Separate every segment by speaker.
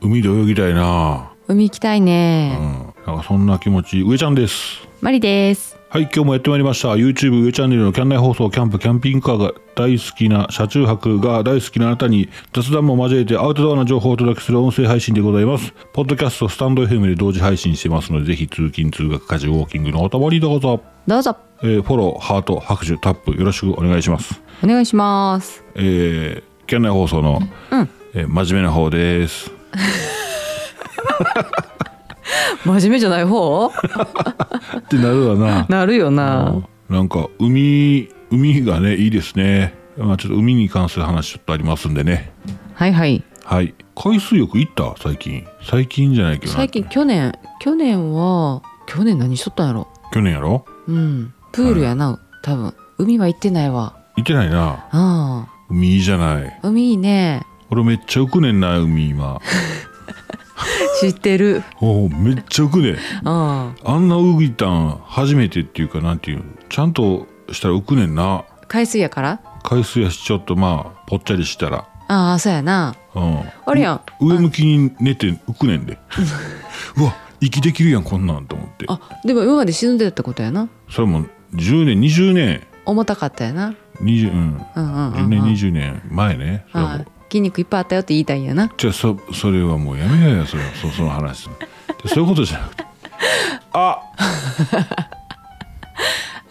Speaker 1: 海で泳ぎたいな
Speaker 2: 海行きたいね、
Speaker 1: うんなんかそんな気持ち上ちゃんです
Speaker 2: マリです
Speaker 1: はい今日もやってまいりました YouTube 上チャンネルのキャン内放送キャンプキャンピングカーが大好きな車中泊が大好きなあなたに雑談も交えてアウトドアの情報をお届けする音声配信でございますポッドキャストスタンド FM で同時配信してますのでぜひ通勤通学家事ウォーキングのお供にどうぞ、
Speaker 2: どうぞ
Speaker 1: えーフォローハート拍手タップよろしくお願いします
Speaker 2: お願いします
Speaker 1: えー、県内放送の、えー真面目な方です。
Speaker 2: 真面目じゃない方
Speaker 1: ってなるわな。
Speaker 2: なるよな
Speaker 1: なんか海海がねいいですね。まあちょっと海に関する話ちょっとありますんでね。
Speaker 2: はいはい
Speaker 1: はい。海水浴行った最近。最近じゃないけどな。
Speaker 2: 最近去年去年は去年何しとったんやろ
Speaker 1: 去年やろ
Speaker 2: うんプールやな、多分海は行ってないわ
Speaker 1: 行ってないな。
Speaker 2: ああ
Speaker 1: 海いいじゃない。
Speaker 2: 海いいね
Speaker 1: 俺めっちゃ浮くねんな海今。
Speaker 2: 知ってる
Speaker 1: おおめっちゃ浮くねん。
Speaker 2: あ
Speaker 1: あんな浮いたん初めてっていうかなんていうのちゃんとしたら浮くねんな。
Speaker 2: あ海水やから
Speaker 1: 海水やしちょっとまあぽっちゃりしたら。
Speaker 2: ああそうやな
Speaker 1: うん。
Speaker 2: あれやん
Speaker 1: 上向きに寝て浮くね んでうわ息できるやんこんなんと思って
Speaker 2: あでも今まで沈んでたってことやな
Speaker 1: それも10年20年
Speaker 2: 重たかったやな
Speaker 1: 20うん
Speaker 2: うんうんうん、う
Speaker 1: 10
Speaker 2: ん、
Speaker 1: 年20年前ねそれは
Speaker 2: は
Speaker 1: もう
Speaker 2: い筋肉いっぱいあったよって言いたいんやな
Speaker 1: じゃあそそれはもうやめようよそれそその話でそういうことじゃなく てあ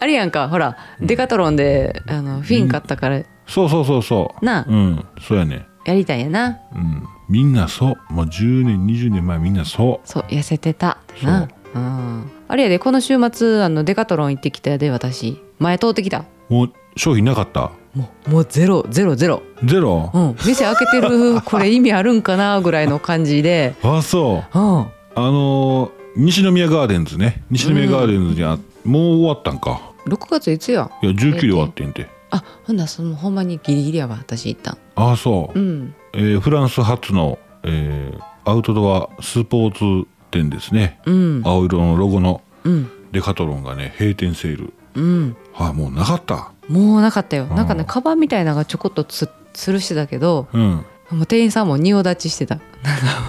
Speaker 2: あれやんかほらデカトロンであのフィン買ったから
Speaker 1: そうそうそうそう
Speaker 2: なあ
Speaker 1: うんそうやね
Speaker 2: やりたいんやな
Speaker 1: うんみんなそうもう10年20年前みんなそ
Speaker 2: そう痩せてたってなうん、あれやでこの週末あのデカトロン行ってきたやで私前通ってきた
Speaker 1: うもう商品なかった
Speaker 2: もうもうゼロゼロゼロ
Speaker 1: ゼロ、
Speaker 2: うん店開けて るこれ意味あるんかなぐらいの感じで
Speaker 1: あそう
Speaker 2: うん
Speaker 1: あのー西宮ガーデンズね西宮ガーデンズにあ、もう終わったんか
Speaker 2: 6月いつや
Speaker 1: いや19で終わってんて
Speaker 2: あほんならそのほんまにギリギリやわ私行ったん
Speaker 1: ああそう
Speaker 2: う、ん
Speaker 1: えーフランス発の、えーアウトドアスポーツ店ですね、
Speaker 2: うん
Speaker 1: 青色のロゴの
Speaker 2: うん
Speaker 1: デカトロンがね閉店セール
Speaker 2: うん
Speaker 1: はい、もうなかった
Speaker 2: もうなかったよ
Speaker 1: うん
Speaker 2: なんかねカバンみたいなのがちょこっとつ吊るしてたけど
Speaker 1: うん
Speaker 2: もう店員さんも仁王立ちしてた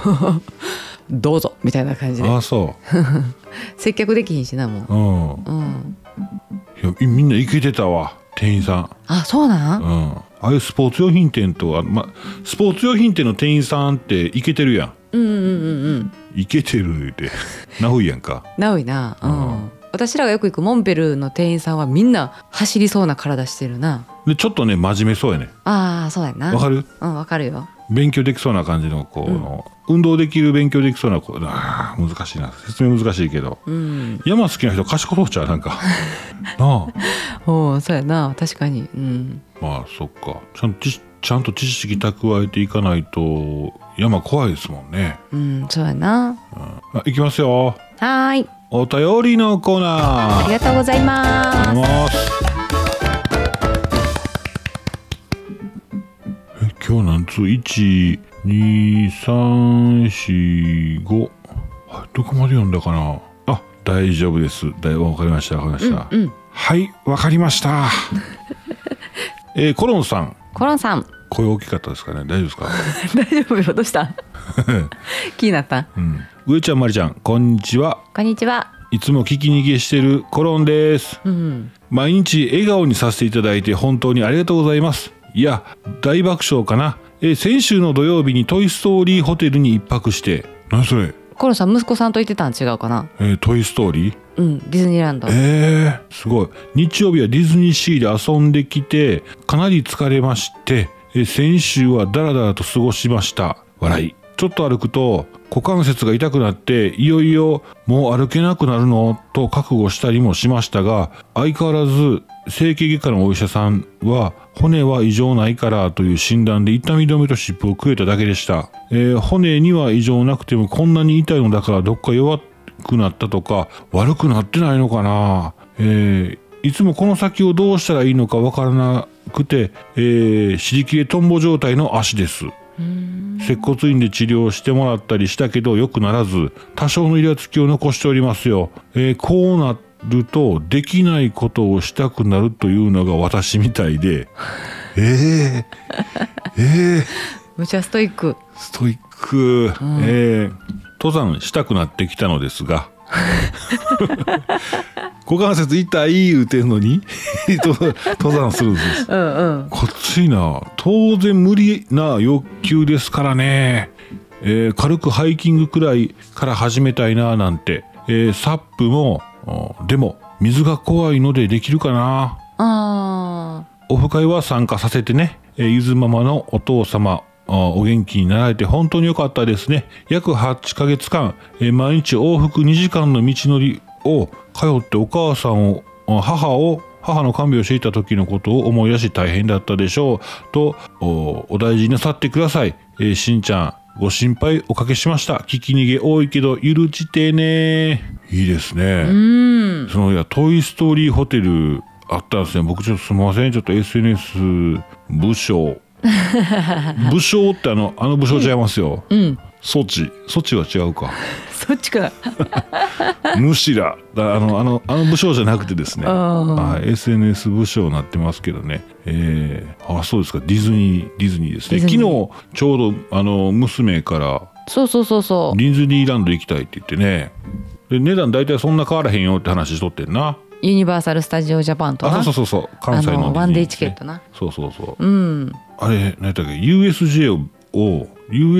Speaker 2: なんかどうぞみたいな感じで
Speaker 1: ああそ
Speaker 2: 接客できひんしなもう
Speaker 1: ううん
Speaker 2: うん
Speaker 1: いやいみんなイケてたわ店員さ
Speaker 2: あそうなん
Speaker 1: うん
Speaker 2: ん
Speaker 1: ああいうスポーツ用品店とは、ま、スポーツ用品店の店員さんってイケてるやん
Speaker 2: うんうんうんうん
Speaker 1: イケてるっ てナフいやんか
Speaker 2: なおいなうん、私らがよく行くモンベルの店員さんはみんな走りそうな体してるな
Speaker 1: でちょっとね真面目そうやね
Speaker 2: ああそうやな
Speaker 1: わかる
Speaker 2: うんわかるよ
Speaker 1: 勉強できそうな感じのこう、運動できる勉強できそうなこうあー難しいな説明難しいけど
Speaker 2: うん
Speaker 1: 山好きな人賢そうちゃうなんかなあ
Speaker 2: おうそうやな確かにうん
Speaker 1: まあそっかちゃんと知ちゃんと知識蓄えていかないと山怖いですもんね、
Speaker 2: うんそうやな
Speaker 1: あいきますよ
Speaker 2: はーい
Speaker 1: お便りのコーナ
Speaker 2: あ
Speaker 1: ー
Speaker 2: りがとうござい
Speaker 1: あ
Speaker 2: ます
Speaker 1: りがとうございますえ今日なんつう一二三四五あどこまで読んだかなあ大丈夫ですだいわかりましたわかりました、
Speaker 2: うん
Speaker 1: はいわかりました えーコロンさん
Speaker 2: コロンさん
Speaker 1: 声大きかったですかね大丈夫ですか
Speaker 2: 大丈夫よどうした 気になった
Speaker 1: うん上ちゃんまりちゃんこんにちは
Speaker 2: こんにちはい
Speaker 1: つも聞き逃げしてるコロンです
Speaker 2: うん
Speaker 1: 毎日笑顔にさせていただいて本当にありがとうございます。いや、大爆笑かな。えー、先週の土曜日にトイストーリーホテルに一泊して。何それ
Speaker 2: コロンさん息子さんと行ってたん違うかな
Speaker 1: えートイストーリー
Speaker 2: うんディズニーランド
Speaker 1: えー、すごい。日曜日はディズニーシーで遊んできて、かなり疲れまして、えー先週はダラダラと過ごしました。笑い。ちょっと歩くと、股関節が痛くなって、いよいよもう歩けなくなるのと覚悟したりもしましたが、相変わらず整形外科のお医者さんは骨は異常ないからという診断で痛み止めと湿布を食えただけでした、えー骨には異常なくてもこんなに痛いのだからどっか弱くなったとか悪くなってないのかな、えーいつもこの先をどうしたらいいのかわからなくて、えー、尻切れトンボ状態の足です接骨院で治療してもらったりしたけど良くならず多少のイラつきを残しておりますよ、えーこうなるとできないことをしたくなるというのが私みたいでえー、えー、
Speaker 2: むちゃストイック
Speaker 1: ストイックく、えー登山したくなってきたのですが股関節痛い言うてんのに 登登山するんです
Speaker 2: うんうん
Speaker 1: こっついな当然無理な欲求ですからね、えー軽くハイキングくらいから始めたいななんて、えーサップもおでも水が怖いのでできるかな
Speaker 2: あ
Speaker 1: オフ会は参加させてね、えーゆずママのお父様あお元気になられて本当に良かったですね約8ヶ月間、えー毎日往復2時間の道のりを通ってお母さんをあ母を母の看病をしていた時のことを思い出し大変だったでしょうとおお大事になさってください、えーしんちゃんご心配おかけしました聞き逃げ多いけど許してねいいですね
Speaker 2: ーうん
Speaker 1: そのいや「トイ・ストーリーホテル」あったんですね僕ちょっとすみませんちょっと SNS 武 将武将ってあのあの武将ちゃいますよ、
Speaker 2: うん
Speaker 1: ソチソチは違うか
Speaker 2: そっちか
Speaker 1: むしらだあのあのあの武将じゃなくてですね
Speaker 2: あー
Speaker 1: はい、SNS 武将になってますけどね、えー、あそうですかディズニーディズニーですね
Speaker 2: ディ
Speaker 1: 昨
Speaker 2: ズ
Speaker 1: 日
Speaker 2: ニ
Speaker 1: ち
Speaker 2: ー
Speaker 1: ょうどあの娘から
Speaker 2: そうそうそうそう
Speaker 1: ディズニーランド行きたいって言ってねで値段大体そんな変わらへんよって話しとってんな
Speaker 2: ユニバーサル・スタジオ・ジャパンとな
Speaker 1: あそうそうそうそう関西のディズ
Speaker 2: あの
Speaker 1: ニー
Speaker 2: ワンデイチケットな
Speaker 1: そうそうそう
Speaker 2: うん
Speaker 1: あれ何だっけ USJ をを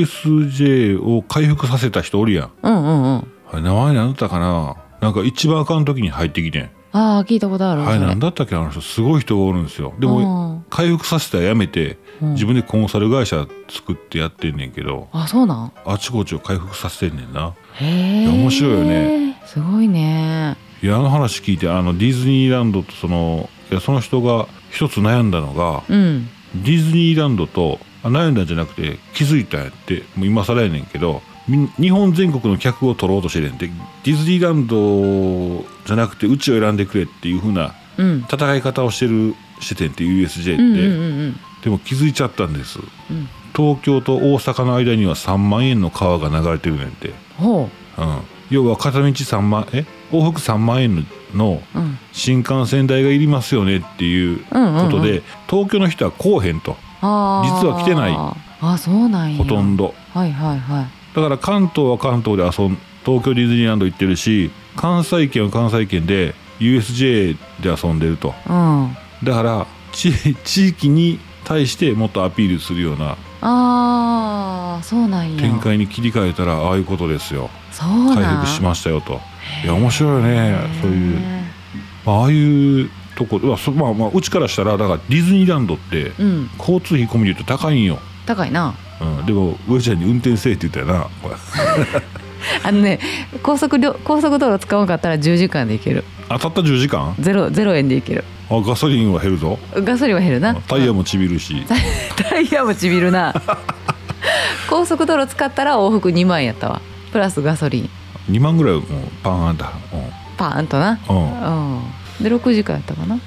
Speaker 1: USJ を回復させた人おるやん
Speaker 2: うんうんうん
Speaker 1: あれ名前何だったかななんか一番あかん時に入ってきてん
Speaker 2: ああ聞いたことある
Speaker 1: あれ
Speaker 2: それ
Speaker 1: 何だったっけあの人すごい人がおるんですよで
Speaker 2: う
Speaker 1: も
Speaker 2: ん
Speaker 1: 回復させたらやめて自分でコンサル会社作ってやってんねんけど
Speaker 2: あそうなん
Speaker 1: あちこちを回復させてんねんな
Speaker 2: へえ
Speaker 1: いや面白いよね
Speaker 2: すごいね
Speaker 1: いやあの話聞いてあのディズニーランドとそのいやその人が一つ悩んだのが
Speaker 2: うん
Speaker 1: ディズニーランドとあ悩んだんじゃなくて気づいたんやってもう今更やねんけどみん日本全国の客を取ろうとしてるんでディズニーランドじゃなくてうちを選んでくれっていう風な
Speaker 2: うん
Speaker 1: 戦い方をしてるしててんって USJ って、
Speaker 2: うんうんうん
Speaker 1: でも気づいちゃったんです
Speaker 2: うん
Speaker 1: 東京と大阪の間には3万円の川が流れてるねんて、うん、
Speaker 2: ほ
Speaker 1: 要は片道3万え往復3万円の
Speaker 2: ううん
Speaker 1: 新幹線代がいりますよねっていうこ
Speaker 2: うんうんうん
Speaker 1: とで、東京の人はこうへんと
Speaker 2: あー
Speaker 1: 実は来てない
Speaker 2: あそうなんや
Speaker 1: ほとんど。
Speaker 2: はいはいはい
Speaker 1: だから関東は関東で遊ん東京ディズニーランド行ってるし関西圏は関西圏で USJ で遊んでると
Speaker 2: うん
Speaker 1: だから地地域に対してもっとアピールするような
Speaker 2: ああそうなんや
Speaker 1: 展開に切り替えたらああいうことですよ
Speaker 2: そうなん
Speaker 1: 回復しましたよといや面白いよねそういう
Speaker 2: へ
Speaker 1: まあああいうとこまあそまあまあうちからしたらだからディズニーランドって
Speaker 2: ーうん
Speaker 1: 交通費込みで言うと高いんよ、
Speaker 2: 高いな
Speaker 1: うん、でも上ちゃんに運転せえって言ったよなこれ
Speaker 2: あのね高速りょ高速道路使わんかったら10時間で行ける
Speaker 1: あたった10時間
Speaker 2: ゼロゼロ円で行ける
Speaker 1: あガソリンは減るぞ
Speaker 2: ガソリンは減るな
Speaker 1: タイヤもちびるし
Speaker 2: タイヤもちび るな高速道路使ったら往復2万円やったわプラスガソリン
Speaker 1: 2万ぐらいもうパーンあんだ
Speaker 2: パーンとな
Speaker 1: うんうん
Speaker 2: うんで6時間やったかな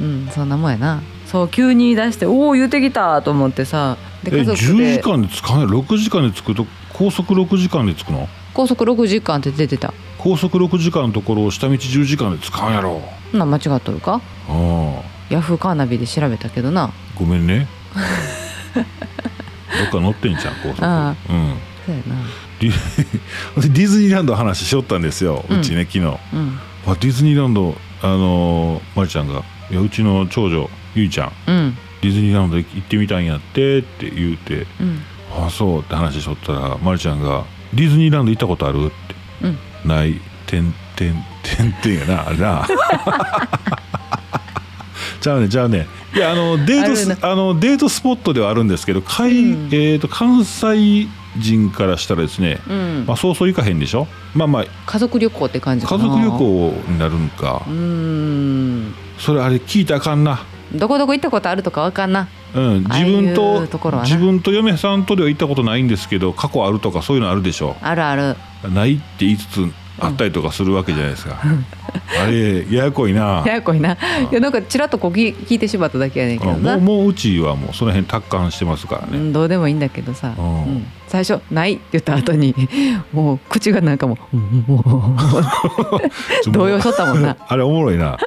Speaker 1: うん
Speaker 2: うんそんなもんやなそう急に出して「おお言うてきた!」と思ってさ
Speaker 1: え
Speaker 2: で家
Speaker 1: 10
Speaker 2: 族で
Speaker 1: 時間で着かない6時間で着くと高速6時間で着くの
Speaker 2: 高速6時間って出てた
Speaker 1: 高速6時間のところを下道10時間で着かんやろ
Speaker 2: そんなん間違っとるか
Speaker 1: ああ
Speaker 2: ヤフーカーナビで調べたけどな
Speaker 1: ごめんね どっか乗ってんじゃん高
Speaker 2: あ
Speaker 1: 速うん
Speaker 2: そうやな
Speaker 1: ディ 私ディズニーランドの話しよったんですようちね、昨日
Speaker 2: うん
Speaker 1: あディズニーランドあのー、まりちゃんがいやうちの長女ゆいちゃん
Speaker 2: うん
Speaker 1: ディズニーランド行ってみたんやってって言うて
Speaker 2: うん
Speaker 1: あそうって話しとったらまるちゃんが「ディズニーランド行ったことある?」って
Speaker 2: うん
Speaker 1: 「ない」てんてんてんてんやなあれなじゃあねじゃあねいやあのデートス
Speaker 2: ある
Speaker 1: あのデートスポットではあるんですけど海、
Speaker 2: うん
Speaker 1: えー、と関西人からしたらですね、
Speaker 2: うん
Speaker 1: まあ、そうそう行かへんでしょまあまあ
Speaker 2: 家族旅行って感じか
Speaker 1: 家
Speaker 2: な
Speaker 1: 族旅行になるんか
Speaker 2: うーん
Speaker 1: それあれ聞いたらあかんな
Speaker 2: どこどこ行ったことあるとかわかんな
Speaker 1: うん、
Speaker 2: ああい
Speaker 1: 自
Speaker 2: う
Speaker 1: 分と
Speaker 2: ところはな
Speaker 1: 自分と嫁さんとでは行ったことないんですけど過去あるとかそういうのあるでしょ
Speaker 2: あるある
Speaker 1: ないって言いつつあったりとかするわけじゃないですか、あれややこいな
Speaker 2: ややこいないやなんかちらっとこうき聞いてしまっただけやねんけど
Speaker 1: うんも
Speaker 2: な
Speaker 1: うもううちはもうその辺達観してますから
Speaker 2: う
Speaker 1: ね、
Speaker 2: んどうでもいいんだけどさ、
Speaker 1: うん
Speaker 2: うん最初「ない」って言った後に もう口がなんかもううんうんうんうん動揺しとったも んな
Speaker 1: あれおもろいな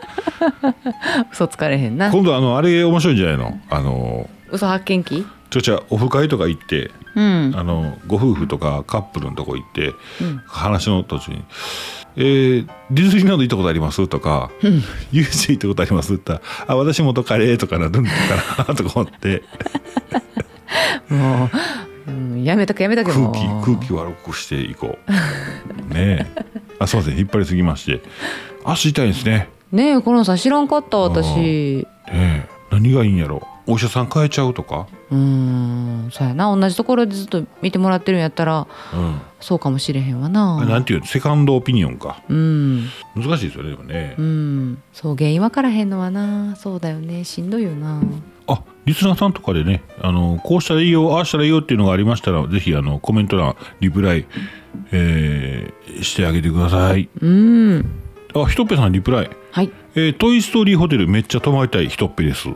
Speaker 2: 嘘つかれへんな
Speaker 1: 今度あのあれ面白いんじゃないのあの
Speaker 2: 嘘発見器
Speaker 1: ちょちょオフ会とか行って
Speaker 2: うん
Speaker 1: あのご夫婦とかカップルのとこ行って、
Speaker 2: うん
Speaker 1: 話の途中に「えーディズニーランド行ったことあります?」とか「ユージ行ったことあります?」って言ったら「あ私元カレー」とかなるんだかなとか思って
Speaker 2: もう、うん、やめとけやめとけ
Speaker 1: 空
Speaker 2: もう
Speaker 1: 気空気悪くしていこう ねえあすいません引っ張りすぎまして足痛いんですね
Speaker 2: ねえコロンさん知らんかった私
Speaker 1: ねえ何がいいんやろお医者さん変えちゃうとか、
Speaker 2: うーんそうやな同じところでずっと見てもらってるんやったら
Speaker 1: うん
Speaker 2: そうかもしれへんわ
Speaker 1: あな
Speaker 2: なん
Speaker 1: ていうのセカンドオピニオンか
Speaker 2: うん
Speaker 1: 難しいですよねでもね、
Speaker 2: うんそう原因わからへんのはなそうだよねしんどいよな
Speaker 1: あリスナーさんとかでねあのこうしたらいいよああしたらいいよっていうのがありましたらぜひあのコメント欄リプライ、えーしてあげてください
Speaker 2: うん
Speaker 1: あひとっぺさんリプライ
Speaker 2: はい
Speaker 1: えートイ・ストーリーホテルめっちゃ泊まりたいひとっぺです。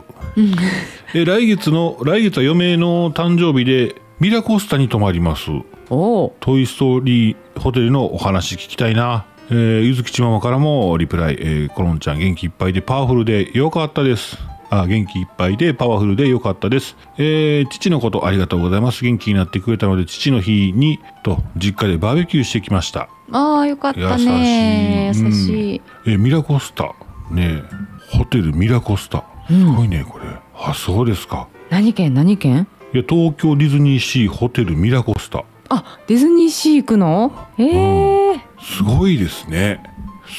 Speaker 1: えー来月の来月は嫁の誕生日でミラコスタに泊まります。
Speaker 2: おお
Speaker 1: トイ・ストーリーホテルのお話聞きたいな。えー、ゆずきちママからもリプライ、えーコロンちゃん元気いっぱいでパワフルでよかったです。あ、元気いっぱいでパワフルでよかったです。えー父のことありがとうございます。元気になってくれたので、父の日に、と、実家でバーベキューしてきました。
Speaker 2: ああよかったね
Speaker 1: 優しい
Speaker 2: 優しい
Speaker 1: えーミラコスタねえホテルミラコスタすごいねこれ、あそうですか
Speaker 2: 何県何県
Speaker 1: いや東京ディズニーシーホテルミラコスタ
Speaker 2: あディズニーシー行くのええ
Speaker 1: すごいですね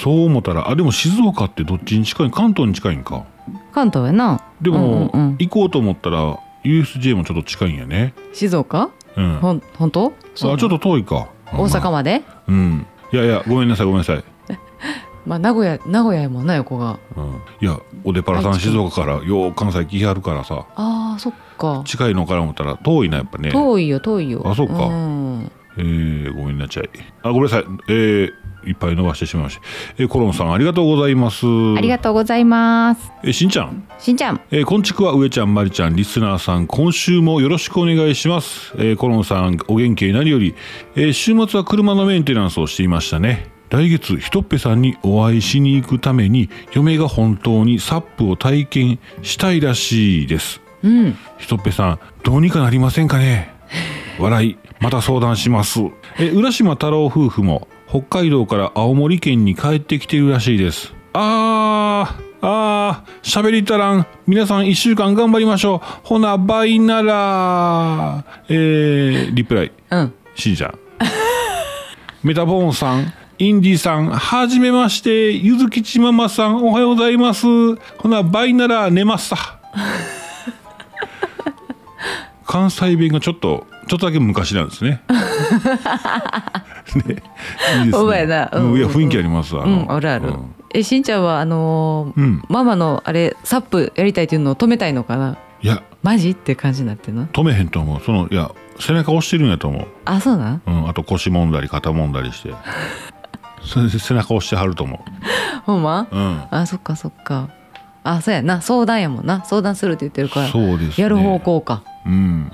Speaker 1: そう思ったらあでも静岡ってどっちに近い関東に近いんか
Speaker 2: 関東やな
Speaker 1: でも、
Speaker 2: うんうんうん
Speaker 1: 行こうと思ったら USJ もちょっと近いんやね
Speaker 2: 静岡
Speaker 1: うんあ
Speaker 2: ほん本当
Speaker 1: ちょっと遠いか
Speaker 2: 大阪まで
Speaker 1: うんいやいやごめんなさいごめんなさい、
Speaker 2: まあ名古屋名古屋やもんな横が
Speaker 1: うん、いやおでパラさん
Speaker 2: 愛知県
Speaker 1: 静岡からよう関西来はるからさ
Speaker 2: あーそっか
Speaker 1: 近いのから思ったら遠いなやっぱね
Speaker 2: 遠いよ遠いよ
Speaker 1: あそうか
Speaker 2: ん
Speaker 1: えーごめんなさい。あ、ごめんなさい。えーいっぱい伸ばしてしまいました。えーコロンさん、ありがとうございます。
Speaker 2: ありがとうございます
Speaker 1: えーしんちゃん、
Speaker 2: しんちゃん
Speaker 1: えー、こんちくは上ちゃん、まりちゃん、リスナーさん、今週もよろしくお願いします。えーコロンさん、お元気になるより、えー週末は車のメンテナンスをしていましたね。来月、ひとっぺさんにお会いしに行くために、嫁が本当にサップを体験したいらしいです。
Speaker 2: うん
Speaker 1: ひとっぺさんどうにかなりませんかね笑いまた相談しますえ浦島太郎夫婦も北海道から青森県に帰ってきてるらしいですあーあー喋りたらん皆さん1週間頑張りましょうほなバイならえー、リプライ
Speaker 2: うん
Speaker 1: しんちゃん メタボーンさんインディさんはじめましてゆずきちママさんおはようございますほなバイなら寝ますさ 関西弁がちょっとちょっとだけ昔なんですね ねいいです
Speaker 2: そう
Speaker 1: ね
Speaker 2: やなうん
Speaker 1: うんいや雰囲気ありますあ
Speaker 2: う
Speaker 1: の
Speaker 2: んあるある、
Speaker 1: うん
Speaker 2: えしんちゃんはあのー
Speaker 1: うん
Speaker 2: ママのあれサップやりたいっていうのを止めたいのかない
Speaker 1: や
Speaker 2: マジって感じになってんの
Speaker 1: 止めへんと思うそのいや背中押してるんやと思う
Speaker 2: あそうなん
Speaker 1: うん、あと腰もんだり肩もんだりして それで背中押してはると思
Speaker 2: ほんま
Speaker 1: ううん
Speaker 2: あそっかそっかあそうやな相談やもんな相談するって言ってるから
Speaker 1: そうです、ね、
Speaker 2: やる方向か
Speaker 1: うん
Speaker 2: へ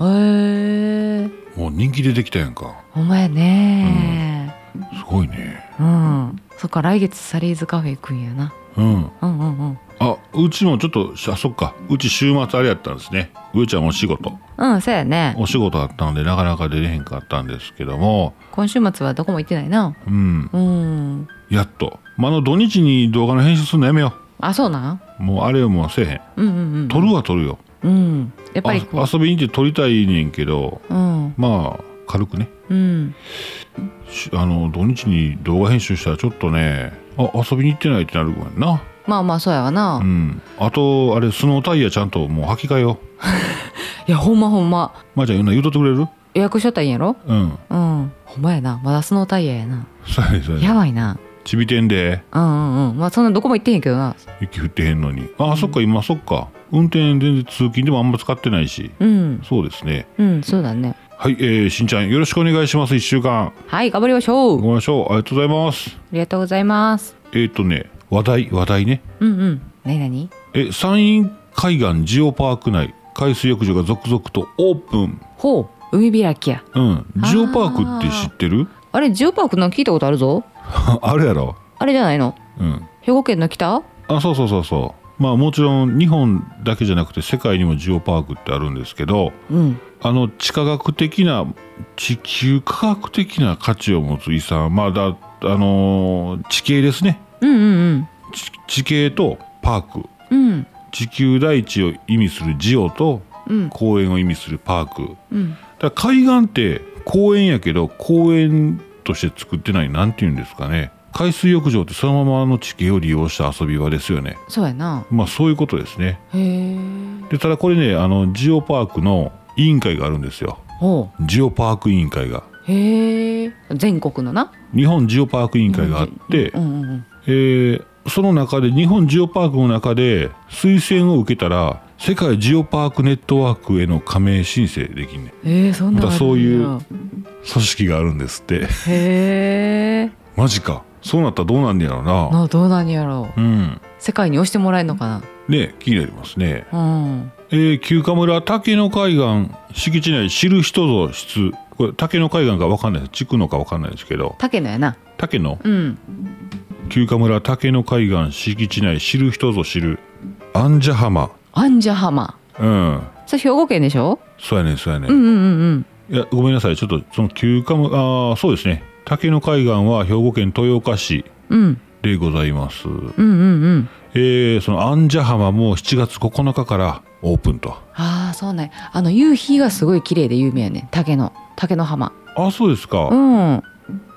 Speaker 2: え
Speaker 1: もう人気出てきたやんか
Speaker 2: ほんまやね
Speaker 1: すごいね
Speaker 2: うん、そっか来月サリーズカフェ行くんやな
Speaker 1: うん
Speaker 2: うんうんうん
Speaker 1: あうちもちょっとあそっかうち週末あれやったんですね上ちゃんお仕事
Speaker 2: うんそうやね
Speaker 1: お仕事あったのでなかなか出れへんかったんですけども
Speaker 2: 今週末はどこも行ってないな
Speaker 1: うん
Speaker 2: うん
Speaker 1: やっと、まあ、あの土日に動画の編集するのやめよ
Speaker 2: あそうなん
Speaker 1: うもうあれはもうせえへん
Speaker 2: うんうん
Speaker 1: 撮るは撮るよ、
Speaker 2: うんうんやっぱりこ
Speaker 1: あ遊びに行って撮りたいねんけど
Speaker 2: ううん
Speaker 1: まあ軽くね
Speaker 2: うん
Speaker 1: しあの土日に動画編集したらちょっとねあ遊びに行ってないってなるもんな
Speaker 2: まあまあそうやわな、
Speaker 1: う
Speaker 2: い
Speaker 1: んあとあれスノータイヤちゃんともう履き替えよう
Speaker 2: やほんまほんま
Speaker 1: まあ、じゃあ、言うとってくれる
Speaker 2: 予約しとったんやろ
Speaker 1: うん。
Speaker 2: うんほんまやなまだスノータイヤやな
Speaker 1: そうやそうや。
Speaker 2: やばいな
Speaker 1: ちびてんで、
Speaker 2: うんうんうんまあそんなどこも行ってへんけどな
Speaker 1: 雪降ってへんのに。あ、そっか、今、そっか。運転全然通勤でもあんま使ってないし。
Speaker 2: うん
Speaker 1: そうですね。
Speaker 2: うんそうだね
Speaker 1: はい、えー、しんちゃん、よろしくお願いします。一週間。
Speaker 2: はい頑張りましょうあ
Speaker 1: ごめんなさい。ありがとうございます。
Speaker 2: りがとうございます
Speaker 1: えっ、とね、話題、話題ね。
Speaker 2: うんうん何何
Speaker 1: え、山陰海岸ジオパーク内、海水浴場が続々とオープン。
Speaker 2: ほう海開きや
Speaker 1: うん。ジオパークって知ってる
Speaker 2: あれジオパークなんか聞いたことあるぞ
Speaker 1: あるやろ。
Speaker 2: あれじゃないの
Speaker 1: うん。
Speaker 2: 兵庫県の北
Speaker 1: あ、そうそうそうそう。まあもちろん日本だけじゃなくて世界にもジオパークってあるんですけど、
Speaker 2: うん
Speaker 1: あの地科学的な地球科学的な価値を持つ遺産まあだあのー地形ですね
Speaker 2: うんうん
Speaker 1: 地地形とパーク
Speaker 2: うんうん
Speaker 1: 地球大地を意味するジオと
Speaker 2: うん
Speaker 1: 公園を意味するパーク
Speaker 2: うん
Speaker 1: だから海岸って公園やけど公園として作ってないなんて言うんですかね海水浴場ってそのままの地形を利用した遊び場ですよね
Speaker 2: そうやな
Speaker 1: まあそういうことですね
Speaker 2: へえ
Speaker 1: でただこれねあのジオパークの委員会があるんですよ
Speaker 2: ほ
Speaker 1: ジオパーク委員会が
Speaker 2: うへえ全国のな
Speaker 1: 日本ジオパーク委員会があって、
Speaker 2: うんうんうん
Speaker 1: えーその中で日本ジオパークの中で推薦を受けたら世界ジオパークネットワークへの加盟申請できんねん
Speaker 2: えー、そんなんあるんや
Speaker 1: またそういう組織があるんですって
Speaker 2: へえ
Speaker 1: マジかそうなったらどうなんねやろな
Speaker 2: などうなんやろう
Speaker 1: うん
Speaker 2: 世界に押してもらえるのか
Speaker 1: ね気になりますね
Speaker 2: なうん
Speaker 1: えー、休暇村竹野海岸敷地内知る人ぞ出これ竹野海岸か分かんないです地区のか分かんないですけど
Speaker 2: 竹野やな
Speaker 1: 竹野
Speaker 2: うん
Speaker 1: 休暇村竹野海岸敷地内知る人ぞ知るアンジャ浜
Speaker 2: アンジャ浜
Speaker 1: うん
Speaker 2: それ兵庫県でしょ
Speaker 1: そうやねそうやね、
Speaker 2: うんうんうんうん
Speaker 1: いやごめんなさいちょっとその休暇村ああそうですね竹野海岸は兵庫県豊岡市
Speaker 2: うん
Speaker 1: でございます
Speaker 2: うんうんうん
Speaker 1: えー、そのアンジャ浜も7月9日からオープンと
Speaker 2: ああそうねあの夕日がすごい綺麗で有名やねん竹野竹野浜
Speaker 1: あそうですか
Speaker 2: う、んあ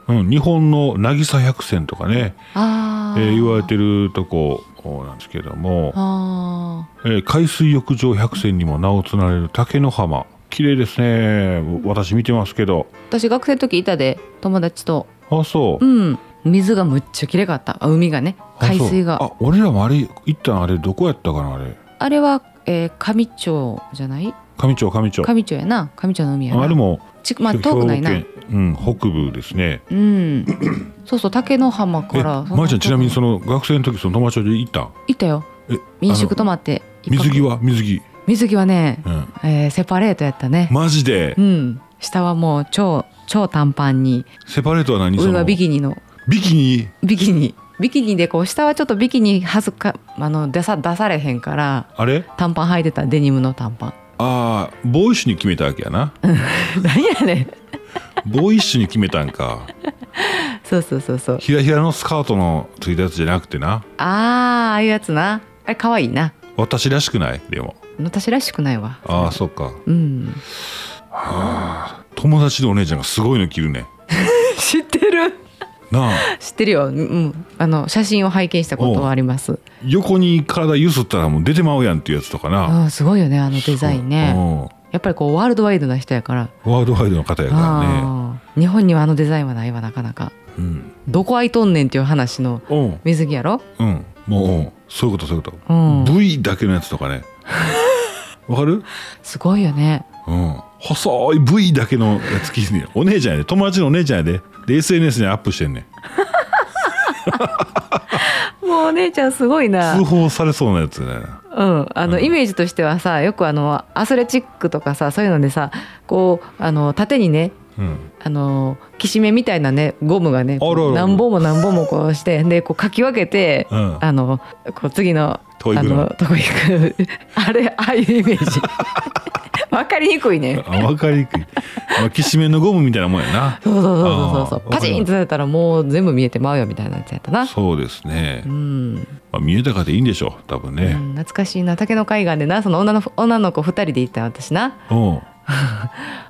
Speaker 1: うん、日本の渚百選とかね、え
Speaker 2: あー
Speaker 1: ー言われてるとこなんですけども、
Speaker 2: あ
Speaker 1: えー海水浴場百選にも名を連ねる竹野浜綺麗ですね私見てますけど
Speaker 2: ー私学生の時いたで友達と
Speaker 1: あそうう、
Speaker 2: ん水がむっちゃ綺麗かったあ海がね
Speaker 1: あそう
Speaker 2: 海水があ
Speaker 1: あ俺らもあれ一旦あれどこやったかなあれ
Speaker 2: れは、えー、上町じゃない
Speaker 1: 上町上町
Speaker 2: 上町やな上町の海やな
Speaker 1: あれも
Speaker 2: ちまあ遠くないな
Speaker 1: 兵庫県うん、北部ですね
Speaker 2: うん そうそう竹野浜
Speaker 1: え
Speaker 2: から
Speaker 1: まーちゃんちなみに
Speaker 2: そ
Speaker 1: その学生の時その友達と行ったん
Speaker 2: 行ったよ
Speaker 1: え
Speaker 2: 民
Speaker 1: あ
Speaker 2: 宿
Speaker 1: の
Speaker 2: 泊まって一泊
Speaker 1: 水着は水着、
Speaker 2: 水着はね、
Speaker 1: うん、
Speaker 2: えーセパレートやったね
Speaker 1: マジで
Speaker 2: うん下はもう超超短パンに
Speaker 1: セパレートは何そ
Speaker 2: 上
Speaker 1: の
Speaker 2: はビキニの
Speaker 1: ビキニ
Speaker 2: ビキニビキニでこう下はちょっとビキニ恥ずかあの出さ出されへんから
Speaker 1: あれ
Speaker 2: 短パン履いてたデニムの短パン
Speaker 1: ああボーイッシュに決めたわけやな
Speaker 2: 何やねん
Speaker 1: ボーイッシュに決めたんか
Speaker 2: そうそうそうそう
Speaker 1: ひらひらのスカートのついたやつじゃなくてな
Speaker 2: ああああいうやつなあれ可愛いな
Speaker 1: 私らしくないでも
Speaker 2: 私らしくないわ
Speaker 1: ああそうか
Speaker 2: うん
Speaker 1: 友達のお姉ちゃんがすごいの着るね
Speaker 2: 知ってる
Speaker 1: なあ
Speaker 2: 知ってるよ、うん、あの写真を拝見したことはあります
Speaker 1: 横に体ゆすったらもう出てまうやんっていうやつとかな
Speaker 2: あすごいよねあのデザインね
Speaker 1: そう
Speaker 2: やっぱりこうワールドワイドな人やから
Speaker 1: うんワールドワイドの方やからね
Speaker 2: あー日本にはあのデザインはないわなかなか
Speaker 1: うん
Speaker 2: どこ空いとんねんっていう話の
Speaker 1: うん
Speaker 2: 水着やろ
Speaker 1: うんもううんそういうことそういうこと、
Speaker 2: うん
Speaker 1: V だけのやつと かねわかる
Speaker 2: すごいよね
Speaker 1: うん、細い V だけのやつ聞いてんねんお姉ちゃんやで友達のお姉ちゃんやでで SNS にアップしてんねん
Speaker 2: もうお姉ちゃんすごいな
Speaker 1: 通報されそうなやつだよな
Speaker 2: うん、あの
Speaker 1: うん
Speaker 2: イメージとしてはさよくあのアスレチックとかさそういうのでさこうあの縦にね
Speaker 1: うん
Speaker 2: あのきしめんみたいなねゴムがね
Speaker 1: あららら
Speaker 2: 何本も何本もこうしてでこうかき分けて、
Speaker 1: うん
Speaker 2: あのこう次の
Speaker 1: 遠い
Speaker 2: あ
Speaker 1: 部分
Speaker 2: のとこ行く あれああいうイメージ わかりにくいね
Speaker 1: あ分かりにくい、まあ、きしめんのゴムみたいなもんやな
Speaker 2: そうそうそうそうそう
Speaker 1: あー
Speaker 2: パチンってされたらもう全部見えてまうよみたいなやつやったな
Speaker 1: そうですね
Speaker 2: う、ん、
Speaker 1: まあ、見えたかでいいんでしょう多分
Speaker 2: う
Speaker 1: ね
Speaker 2: ん懐かしいな竹の海岸でなその女の女の子2人で行ったよ私な
Speaker 1: うん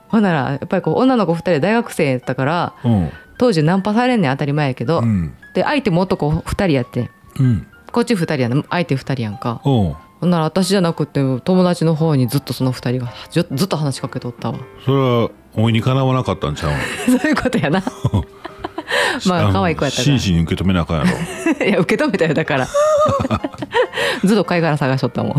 Speaker 2: ほんならやっぱりこう女の子2人大学生やったから
Speaker 1: うん
Speaker 2: 当時ナンパされんねん当たり前やけど、
Speaker 1: うん
Speaker 2: で相手も男2人やってん
Speaker 1: うん
Speaker 2: こっち2人やん相手2人やんか
Speaker 1: うん
Speaker 2: ほんなら私じゃなくて友達の方にずっとその2人がずずっと話しかけとったわ
Speaker 1: それは思いにかなわなかったんちゃう
Speaker 2: そういうことやなまあ可愛い子やったか
Speaker 1: 真
Speaker 2: ら
Speaker 1: 摯に受け止めなあかんやろ
Speaker 2: いや受け止めたよだからずっと貝殻探しとったもん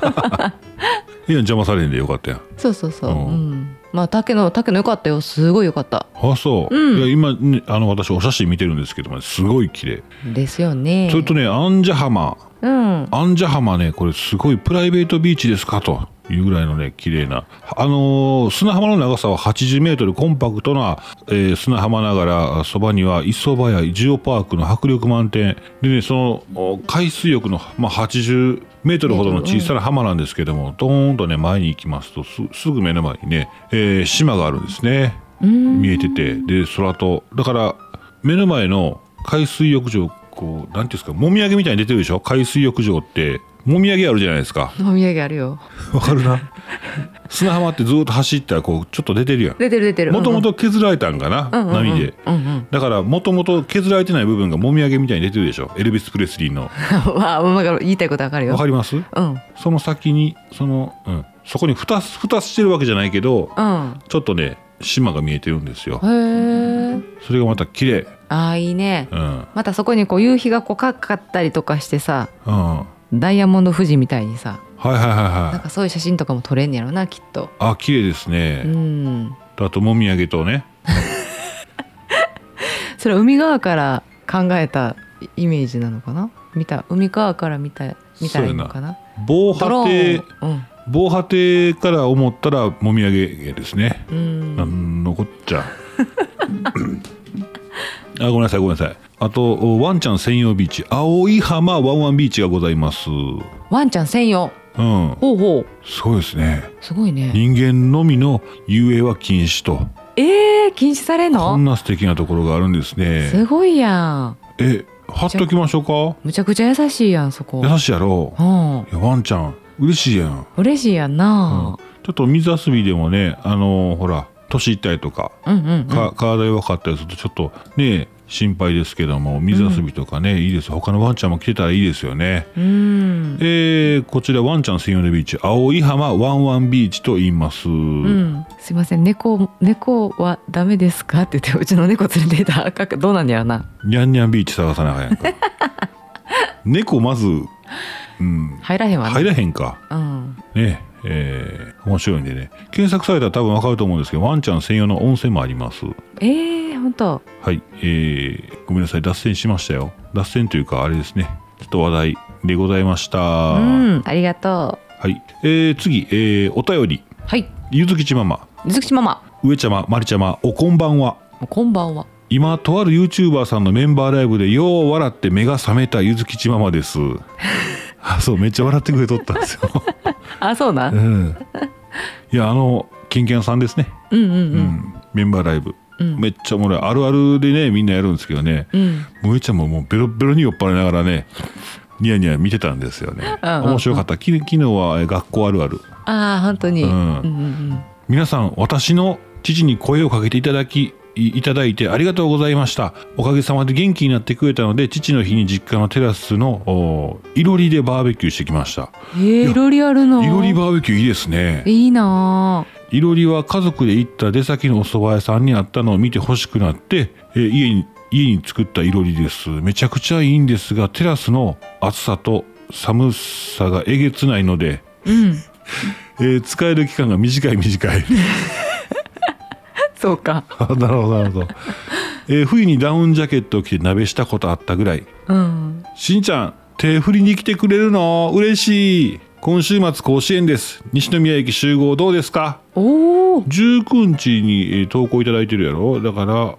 Speaker 1: いや邪魔されへんでよかったやん
Speaker 2: そうそうそう、う
Speaker 1: うん
Speaker 2: んまあ竹野竹野よかったよすごいよかった
Speaker 1: あそう、
Speaker 2: うん
Speaker 1: いや今、ね、あの私お写真見てるんですけどもすごい綺麗
Speaker 2: ですよね
Speaker 1: それとねアンジャ浜
Speaker 2: うん
Speaker 1: アンジャ浜ねこれすごいプライベートビーチですかというぐらいのね綺麗なあのー砂浜の長さは80メートルコンパクトな、えー砂浜ながらそばには磯場やジオパークの迫力満点でねそのお海水浴の、まあ、80メートルほどの小さな浜なんですけども、ドーンとね前に行きますとすすぐ目の前にね、えー島があるんですね見えててで空とだから目の前の海水浴場こうなんていうんですかもみあげみたいに出てるでしょ海水浴場ってもみあげあるじゃないですか
Speaker 2: お土産あるよ
Speaker 1: わかるな 砂浜ってずっと走ったらこうちょっと出てるやん
Speaker 2: 出てる出てる
Speaker 1: もとも
Speaker 2: と
Speaker 1: と削られたんかな、波で、
Speaker 2: うんうん
Speaker 1: だからもともと削られてない部分がもみあげみたいに出てるでしょエルビス・プレスリーの
Speaker 2: わあわかる言いたいことわかるよ
Speaker 1: わかります
Speaker 2: うん
Speaker 1: その先にその、うん、そこに蓋す蓋してるわけじゃないけど
Speaker 2: うん
Speaker 1: ちょっとね島が見えてるんですよ
Speaker 2: へえ
Speaker 1: それがまた綺麗
Speaker 2: あーいいね
Speaker 1: うん
Speaker 2: またそこにこう夕日がこうかかったりとかしてさ
Speaker 1: うんはい
Speaker 2: ダイヤモンド富士みたいにさ
Speaker 1: はいはい
Speaker 2: なん
Speaker 1: はい
Speaker 2: かそういう写真とかも撮れんねやろなきっと
Speaker 1: あ綺麗ですね、
Speaker 2: うん
Speaker 1: あともみあげとね
Speaker 2: それは海側から考えたイメージなのかな見た海側から見た見たらいいのかな
Speaker 1: 防
Speaker 2: ドロ
Speaker 1: 波
Speaker 2: ー
Speaker 1: 堤
Speaker 2: ンうん
Speaker 1: 防波堤から思ったらもみあげですね
Speaker 2: うん
Speaker 1: なんのこっち ゃあごめんなさいごめんなさいあとおワンちゃん専用ビーチ青い浜ワンワンビーチがございますう
Speaker 2: ワンちゃん専用
Speaker 1: ん
Speaker 2: ほうほう
Speaker 1: すごいですね
Speaker 2: すごいね
Speaker 1: 人間のみの遊泳は禁止と
Speaker 2: えー、禁止されん
Speaker 1: こ
Speaker 2: の
Speaker 1: んな素敵なところがあるんですね
Speaker 2: すごいやん
Speaker 1: え貼っときましょう
Speaker 2: むちゃくちゃ優しいやんそこ
Speaker 1: か優しいやろ
Speaker 2: うん
Speaker 1: いやワンちゃん嬉しいやん
Speaker 2: 嬉しいやんな、
Speaker 1: ちょっと水遊びでもねあのーほら年いったりとか
Speaker 2: うん、うんうん
Speaker 1: か体弱かったりするとちょっとね心配ですけども水遊びとかね、いいです他のワンちゃんも来てたらいいですよね、
Speaker 2: うん
Speaker 1: えーこちらワンちゃん専用のビーチ青い浜ワンワンビーチと言います、
Speaker 2: うん、すいません猫猫はダメですかって言ってうちの猫連れていた かどうなんやろな
Speaker 1: にゃんにゃんビーチ探さなあかんやん か猫まず、うん、
Speaker 2: 入らへんわね、
Speaker 1: 入らへんか
Speaker 2: うん、
Speaker 1: ねえー面白いんでね検索されたら多分わかると思うんですけどワンちゃん専用の温泉もあります
Speaker 2: ええー、本当
Speaker 1: はい、えー、ごめんなさい、脱線しましたよ。脱線というか、あれですね、ちょっと話題でございました。
Speaker 2: うんありがと
Speaker 1: はい、えー、次、えー、お便り、
Speaker 2: うはい
Speaker 1: ゆずきちママ、
Speaker 2: 水口ママ
Speaker 1: 上ちゃま、まりちゃま、おこんばんは。
Speaker 2: もうこんばんは
Speaker 1: 今、とある YouTuber さんのメンバーライブで、よう笑って目が覚めたゆずきちママ です。あ、そう、めっちゃ笑ってくれとったんですよ。
Speaker 2: あそうな
Speaker 1: うんん。いや、あの、ケンケンさんですね。
Speaker 2: うんうんう
Speaker 1: うんん。メンバーライブ。
Speaker 2: うん
Speaker 1: めっちゃおもろい。あるあるでね、みんなやるんですけどね。
Speaker 2: うん
Speaker 1: 萌ちゃんももうベロベロに酔っ払いながらねニヤニヤ見てたんですよね
Speaker 2: うんうんうん
Speaker 1: 面白かったき昨日はえ学校あるある
Speaker 2: ああ本当に、
Speaker 1: う
Speaker 2: うんん、うんうん
Speaker 1: 皆さん私の父に声をかけていただきいいただいてありがとうございましたおかげさまで元気になってくれたので父の日に実家のテラスのおいろりでバーベキューしてきました
Speaker 2: えー、いろりあるの
Speaker 1: いろりバーベキューいいですね
Speaker 2: いいなあ
Speaker 1: いろりは家族で行った出先のお蕎麦屋さんにあったのを見て欲しくなって、えー家に家に作ったいろりですめちゃくちゃいいんですがテラスの暑さと寒さがえげつないので、
Speaker 2: うん
Speaker 1: えー使える期間が短い短 い
Speaker 2: そうか
Speaker 1: あなるほどなるほど、 えー冬にダウンジャケットを着て鍋したことあったぐらい
Speaker 2: うん
Speaker 1: しんちゃん手振りに来てくれるの嬉しい今週末甲子園です西宮駅集合どうですか
Speaker 2: おお
Speaker 1: 19日にえー投稿いただいてるやろだから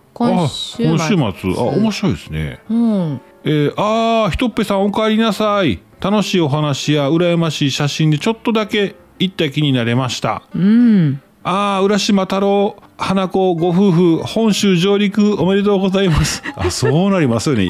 Speaker 1: あ
Speaker 2: 今週末
Speaker 1: 今週末あ面白いですね
Speaker 2: うん
Speaker 1: えー、あーひとっぺさんお帰りなさい楽しいお話や羨ましい写真でちょっとだけ行った気になれました
Speaker 2: うん
Speaker 1: あー浦島太郎花子ご夫婦本州上陸おめでとうございます あそうなりますよね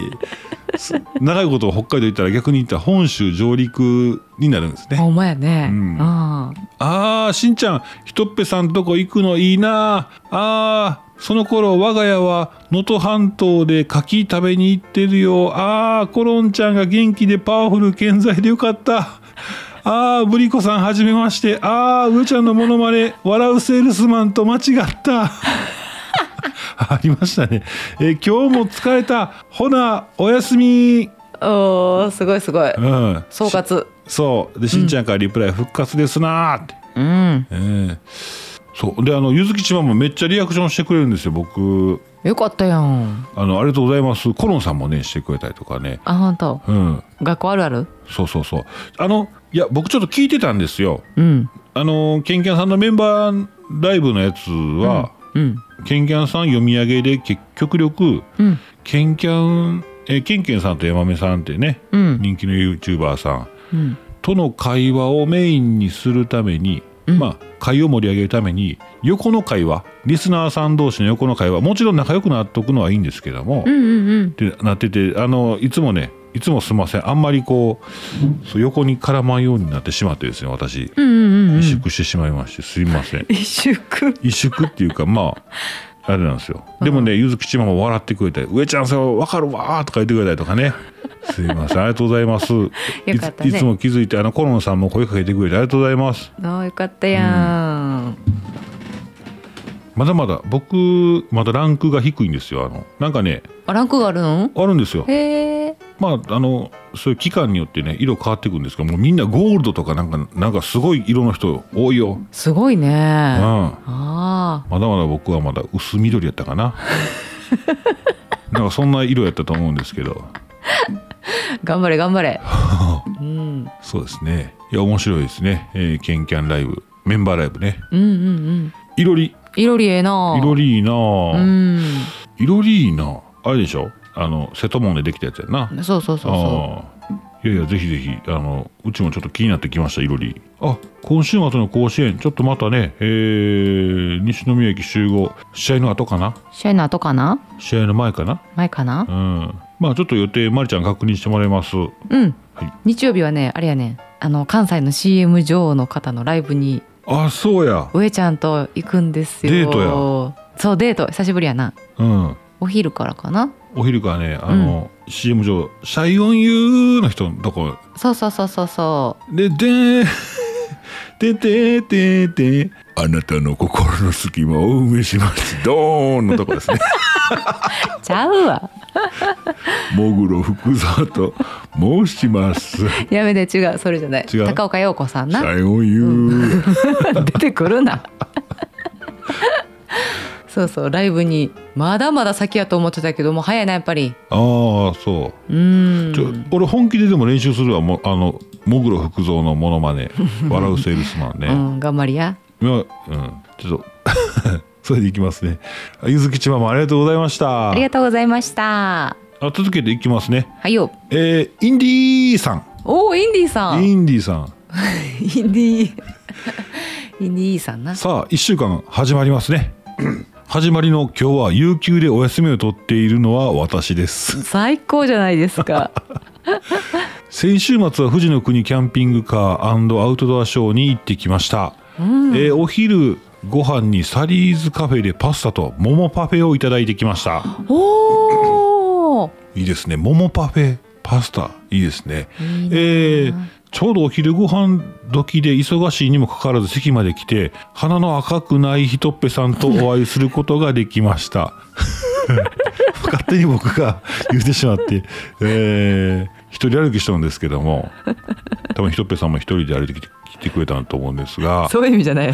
Speaker 1: す 長いこと北海道行ったら逆に言ったら本州上陸になるんですね
Speaker 2: ほんまやね
Speaker 1: うん
Speaker 2: あ
Speaker 1: ああ、しんちゃん、ひとっぺさんとこ行くのいいなあ。あーその頃我が家は能登半島で柿食べに行ってるよ。ああ、コロンちゃんが元気でパワフル健在でよかった。ああ、ブリコさんはじめまして。ああ、上ちゃんのモノマネ、笑うセールスマンと間違った。 ありましたね。えー今日も疲れた。ほな、おやすみ。
Speaker 2: あおーすごいすごい
Speaker 1: うん。
Speaker 2: 総括
Speaker 1: そう。で、しんちゃんからリプライ、復活ですなーって。
Speaker 2: うん
Speaker 1: ええそうであのゆずきちまもめっちゃリアクションしてくれるんですよ僕
Speaker 2: よかったやん
Speaker 1: あのありがとうございますコロンさんもねしてくれたりとかね
Speaker 2: あ本当
Speaker 1: うん
Speaker 2: 学校あるある
Speaker 1: そうそうそうあのいや僕ちょっと聞いてたんですよ
Speaker 2: うん
Speaker 1: あのケンキャンさんのメンバーライブのやつは、
Speaker 2: うん
Speaker 1: ケンキャンさん読み上げで結局力
Speaker 2: うん
Speaker 1: ケンキャンえーケンケンさんとヤマメさんってね、
Speaker 2: うん
Speaker 1: 人気の YouTuber さん
Speaker 2: うん
Speaker 1: との会話をメインにするために、
Speaker 2: うん
Speaker 1: まあ会を盛り上げるために横の会話リスナーさん同士の横の会話もちろん仲良くなっとくのはいいんですけども、
Speaker 2: うんうんうん
Speaker 1: ってなっててあのいつもねいつもすいませんあんまりこうそう横に絡まんようになってしまってですね私
Speaker 2: うんうんうん
Speaker 1: 萎縮してしまいましてすいません
Speaker 2: 萎縮
Speaker 1: 萎縮っていうかまああれなんですよでもねゆずきちまも笑ってくれたり「上ちゃんそれ分かるわ」とか言ってくれたりとか ねすいませんありがとうございますよ
Speaker 2: かったね
Speaker 1: いついつも気づいてあのコロンさんも声かけてくれてありがとうございます
Speaker 2: ああよかったやん
Speaker 1: まだまだ僕まだランクが低いんですよあのなんかね
Speaker 2: あランクがあるの
Speaker 1: あるんですよ
Speaker 2: へえ
Speaker 1: まあ、あのそういう期間によってね色変わっていくんですけどもうみんなゴールドとかなんかなんかすごい色の人多いよ、うん、
Speaker 2: すごいねあ
Speaker 1: ま
Speaker 2: あ
Speaker 1: だまだ僕はまだ薄緑やったか ななんかそんな色やったと思うんですけど
Speaker 2: 頑張れ頑張れうん
Speaker 1: そうですねいや面白いですね、えー、ケンキャンライブメンバーライブね
Speaker 2: うんうんうん
Speaker 1: いろり
Speaker 2: いろりええない
Speaker 1: ろりいいな
Speaker 2: う
Speaker 1: ぁ
Speaker 2: ん
Speaker 1: いろりいいなぁあれでしょあの瀬戸門でできたやつやんな
Speaker 2: そうそうそうそ
Speaker 1: ああいやいやぜひぜひあのうちもちょっと気になってきましたいろりあ今週末の甲子園ちょっとまたねえー、西宮駅集合試合の後かな
Speaker 2: う試合の後かな
Speaker 1: 試合の前かな
Speaker 2: 前かな
Speaker 1: うんまあちょっと予定まりちゃん確認してもらいます
Speaker 2: うん
Speaker 1: はい
Speaker 2: 日曜日はねあれやねあの関西の CM 女王の方のライブに
Speaker 1: あそうや
Speaker 2: 上ちゃんと行くんですよ
Speaker 1: デー
Speaker 2: トやそうデート久しぶりやな
Speaker 1: うん
Speaker 2: お昼からかな
Speaker 1: お昼からねあの、CM 上「シャイオンユー」の人のとこ
Speaker 2: そうそうそうそうそ
Speaker 1: ででーん でででであなたの心の隙間を埋めしますドーンのとこ ですね
Speaker 2: うちゃうわ
Speaker 1: もぐろ福沢と申します。
Speaker 2: やめて違うそれじゃない
Speaker 1: 違う
Speaker 2: 高岡洋子さんな
Speaker 1: 最後言う、
Speaker 2: 出てくるなそうそうライブにまだまだ先やと思ってたけどもう早いなやっぱり
Speaker 1: ああ、そうう。ちょ、
Speaker 2: ん
Speaker 1: 俺本気ででも練習するわ。もあのもぐろ福蔵のモノマ ネ、笑うセールスマン
Speaker 2: う
Speaker 1: ね。
Speaker 2: ん頑張りや
Speaker 1: うん、うん、ちょっと それでいきますね。あゆずきちまもありがとうございました。
Speaker 2: ありがとうございました
Speaker 1: あ続けていきますね。
Speaker 2: はいよ
Speaker 1: えー、インディーさん、
Speaker 2: おーインディーさん
Speaker 1: インディーさん。
Speaker 2: インディーインディーさんな
Speaker 1: さあ1週間始まりますね始まりの今日は有給でお休みを取っているのは私です
Speaker 2: 最高じゃないです か
Speaker 1: 先週末は富士の国キャンピングカーアウトドアショーに行ってきました、えーお昼ご飯にサリーズカフェでパスタと桃パフェをいただいてきました
Speaker 2: おお
Speaker 1: いいですね桃パフェパスタいいですね
Speaker 2: いい
Speaker 1: え
Speaker 2: な
Speaker 1: ーちょうどお昼ご飯時で忙しいにもかかわらず席まで来て鼻の赤くないひとっぺさんと お会いすることができました 勝手に僕が言ってしまって、えー一人歩きしたんですけども多分ひとっぺさんも一人で歩いてきて来てくれたと思うんですが、
Speaker 2: そういう意味じゃないの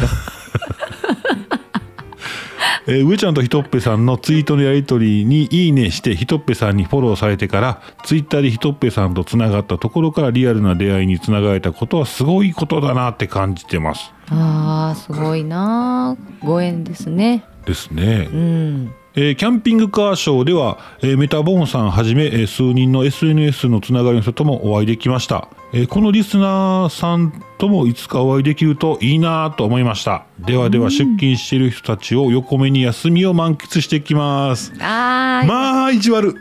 Speaker 1: えー上ちゃんとひとっぺさんのツイートのやり取りに「いいね」してひとっぺさんにフォローされてからツイッターでひとっぺさんとつながったところからリアルな出会いにつながれたことはすごいことだなって感じてます。
Speaker 2: あーすごいなご縁ですね
Speaker 1: ですね、
Speaker 2: うん
Speaker 1: えーキャンピングカーショーでは、えーメタボーンさんはじめ、えー数人の SNS のつながりの人ともお会いできました、えーこのリスナーさんともいつかお会いできるといいなと思いましたではでは出勤している人たちを横目に休みを満喫してきます
Speaker 2: あー、
Speaker 1: まあ意地悪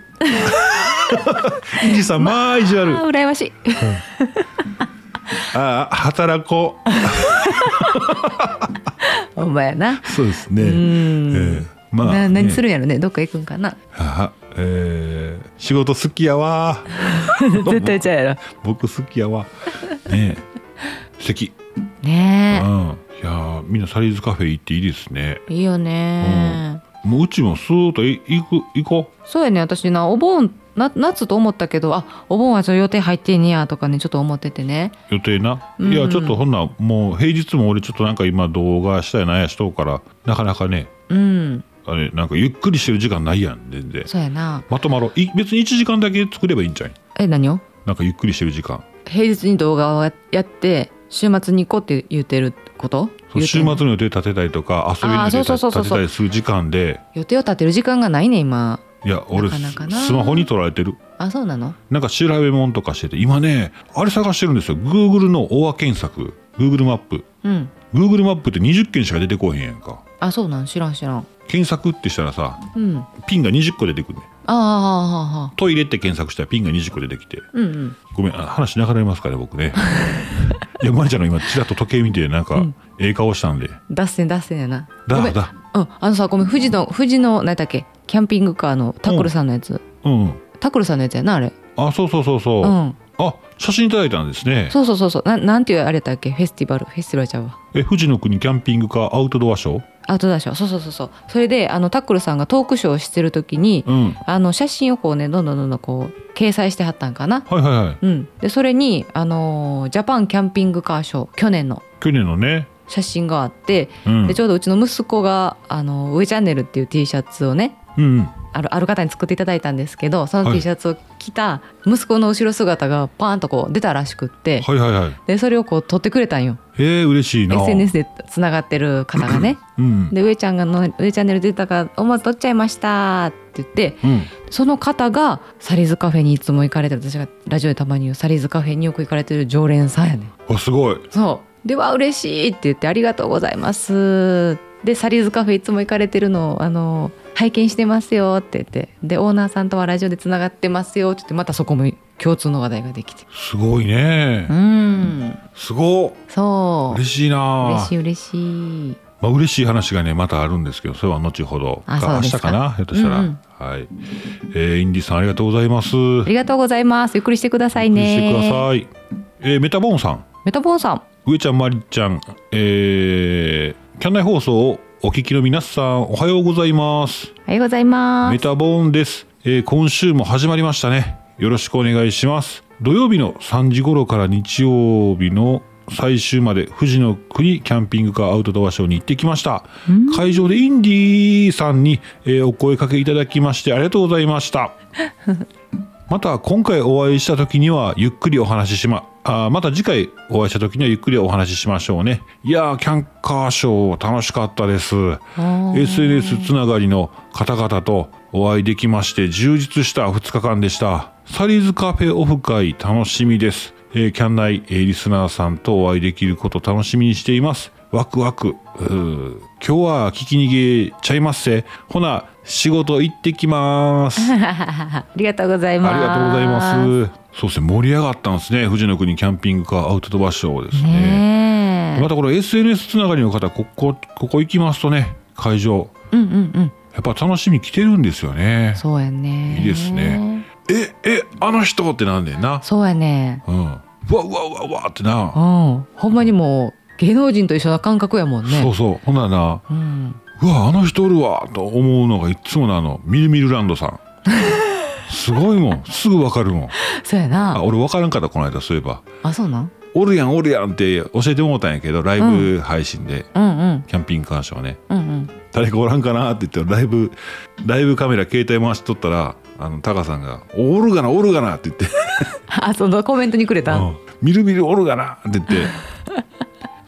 Speaker 1: インジさんまあ意地
Speaker 2: あ
Speaker 1: 悪
Speaker 2: ー羨ましい
Speaker 1: ああ働こう
Speaker 2: ほんまやな
Speaker 1: そうですね、えーまあ
Speaker 2: な
Speaker 1: ね、
Speaker 2: 何するんやろねどっか行くんかな
Speaker 1: あえー仕事好きやわ
Speaker 2: 絶対ちゃうや
Speaker 1: 僕好きやわ。ねえ。素敵。
Speaker 2: ろ
Speaker 1: うん。い
Speaker 2: ね
Speaker 1: やーみんなサリーズカフェ行っていいですね。
Speaker 2: えいいよね
Speaker 1: もううちもスーッとい行く行こ
Speaker 2: そうやね私なお盆な夏と思ったけどあお盆はちょっと予定入ってんねやとかねちょっと思っててね
Speaker 1: う予定な。
Speaker 2: うん
Speaker 1: いやちょっとほんならもう平日も俺ちょっとなんか今動画したりなんやしとうからなかなかね
Speaker 2: うん
Speaker 1: あれなんかゆっくりしてる時間ないやん全然。
Speaker 2: そうやな
Speaker 1: まとまろうい別に1時間だけ作ればいいんじゃん。
Speaker 2: え何を
Speaker 1: なんかゆっくりしてる時間。
Speaker 2: 平日に動画をやって週末に行こうって言ってること
Speaker 1: そう週末
Speaker 2: 言うて
Speaker 1: の予定立てたりとか遊びの予定
Speaker 2: あーそうそうそうそう
Speaker 1: 立てたりする時間で
Speaker 2: 予定を立てる時間がないね今
Speaker 1: いや俺
Speaker 2: なかなかな
Speaker 1: スマホに取られてる
Speaker 2: あそうなの
Speaker 1: なんか調べ物とかしてて今ねあれ探してるんですよ Google のオア検索 Google マップ
Speaker 2: うん
Speaker 1: Google マップって20件しか出てこへんやんか
Speaker 2: あそうなん知らん知らん
Speaker 1: 検索ってしたらさ
Speaker 2: うんあ
Speaker 1: ピンが20個出てくるねん
Speaker 2: あああああ
Speaker 1: トイレって検索したらピンが20個出てきて
Speaker 2: うんうん
Speaker 1: ごめんあ話流れますかね僕 ねいやまりちゃんの今ちらっと時計見てなんか、ええ顔したんで
Speaker 2: 脱線脱線やなご
Speaker 1: だ
Speaker 2: めん
Speaker 1: だ
Speaker 2: うんあのさごめん富士の富士の何だっけキャンピングカーのタックルさんのやつ、
Speaker 1: うん
Speaker 2: タックルさんのやつやなあれ
Speaker 1: あそうそうそうそう、
Speaker 2: うん
Speaker 1: あ写真いただいたんですね
Speaker 2: そうそうそうそうなんなんていうあれだっけフェスティバルフェスティバルちゃうわ
Speaker 1: え富士の国キャンピングカーアウトドアショー
Speaker 2: アウトドアショーそうそうそうそうそれであのタックルさんがトークショーをしてる時に、
Speaker 1: うんは
Speaker 2: あの写真をこうねどんどんどんどんこう掲載してはったんかない
Speaker 1: はいはい
Speaker 2: うんでそれにあのージャパンキャンピングカーショー去年の
Speaker 1: 去年のね
Speaker 2: 写真があって、
Speaker 1: うん
Speaker 2: でちょうどうちの息子が「あのウェチャンネル」っていう T シャツをね
Speaker 1: うんうん
Speaker 2: あるある方に作っていただいたんですけどその
Speaker 1: はい
Speaker 2: T シャツを着た息子の後ろ姿がパーンとこう出たらしくって、
Speaker 1: はいはいはい
Speaker 2: でそれをこう撮ってくれたんよ
Speaker 1: えー、嬉しいな
Speaker 2: SNS でつながってる方が ね
Speaker 1: うん
Speaker 2: で上ちゃんがの「上チャンネル出たから思わず撮っちゃいました」って言って
Speaker 1: うん
Speaker 2: その方がサリーズカフェにいつも行かれてる私がラジオでたまに言うサリーズカフェによく行かれてる常連さんやねん
Speaker 1: あすごい
Speaker 2: そうでは嬉しいって言って「ありがとうございます」でサリーズカフェいつも行かれてるのをあの拝見してますよって言ってでオーナーさんとはラジオでつながってますよって言ってまたそこも共通の話題ができて
Speaker 1: すごいね
Speaker 2: うん
Speaker 1: すごっ
Speaker 2: そう
Speaker 1: 嬉しいな
Speaker 2: 嬉しい嬉しい
Speaker 1: まあ、嬉しい話がねまたあるんですけどそれは後ほど
Speaker 2: あそう
Speaker 1: 明
Speaker 2: で
Speaker 1: 日
Speaker 2: す
Speaker 1: か
Speaker 2: か
Speaker 1: なひょっとしたら、
Speaker 2: うんうん
Speaker 1: はい、えーインディさんありがとうございます
Speaker 2: ありがとうございますゆっくりしてくださいね
Speaker 1: してください、えーメタボーンさん
Speaker 2: メタボーンさん
Speaker 1: 上ちゃんまりちゃんえー、キャンナイ放送をお聞きの皆さんおはようございます
Speaker 2: おはようございま
Speaker 1: メ
Speaker 2: す
Speaker 1: タボーンです、えー今週も始まりましたねよろしくお願いします土曜日の3時頃から日曜日の最終まで富士の国キャンピングカーアウトドアショーに行ってきました会場でインディーさんに、えーお声かけいただきましてありがとうございましたまた今回お会いした時にはゆっくりお話ししまあーまた次回お会いした時にはゆっくりお話ししましょうねいやーキャンカーショー楽しかったです
Speaker 2: あー
Speaker 1: SNS つながりの方々とお会いできまして充実した2日間でしたサリーズカフェオフ会楽しみです、えーキャンナイ、えーリスナーさんとお会いできること楽しみにしていますワクワクうー今日は聞き逃げちゃいますせほな仕事行ってきますあ
Speaker 2: ありがとうござい
Speaker 1: り
Speaker 2: ます
Speaker 1: がとうございますそうですね盛り上がったんですね富士の国キャンピングカーアウトドアショーですね
Speaker 2: ねえ
Speaker 1: またこれ SNS つながりの方ここここ行きますとね会場
Speaker 2: うんうんうん
Speaker 1: やっぱ楽しみ来てるんですよね。
Speaker 2: そうやね
Speaker 1: いいですねえ、え、あの人ってなんねんな。
Speaker 2: そうやね
Speaker 1: うん。うわうわうわうわって
Speaker 2: う
Speaker 1: な。
Speaker 2: んほんまにもう芸能人と一緒な感覚やもんね
Speaker 1: そうそう。ほんならな、
Speaker 2: うん、
Speaker 1: うわ、あの人おるわと思うのがいつものあの、みるみるランドさん。すごいもん。すぐわかるもん。
Speaker 2: そうや
Speaker 1: あ、
Speaker 2: な
Speaker 1: 俺わからんかった、この間、そういえば。
Speaker 2: あそうなん
Speaker 1: おるやん、おるやんって教えてもらったんやけど、ライブ配信で、
Speaker 2: うんうん
Speaker 1: キャンピングカーショーね。
Speaker 2: うんうん
Speaker 1: 誰かおらんかなって言ってライブライブカメラ携帯回しとったらあのタカさんが「おるがなおるがな」って言って
Speaker 2: あそのコメントにくれた、
Speaker 1: うんみるみるおるがなって言って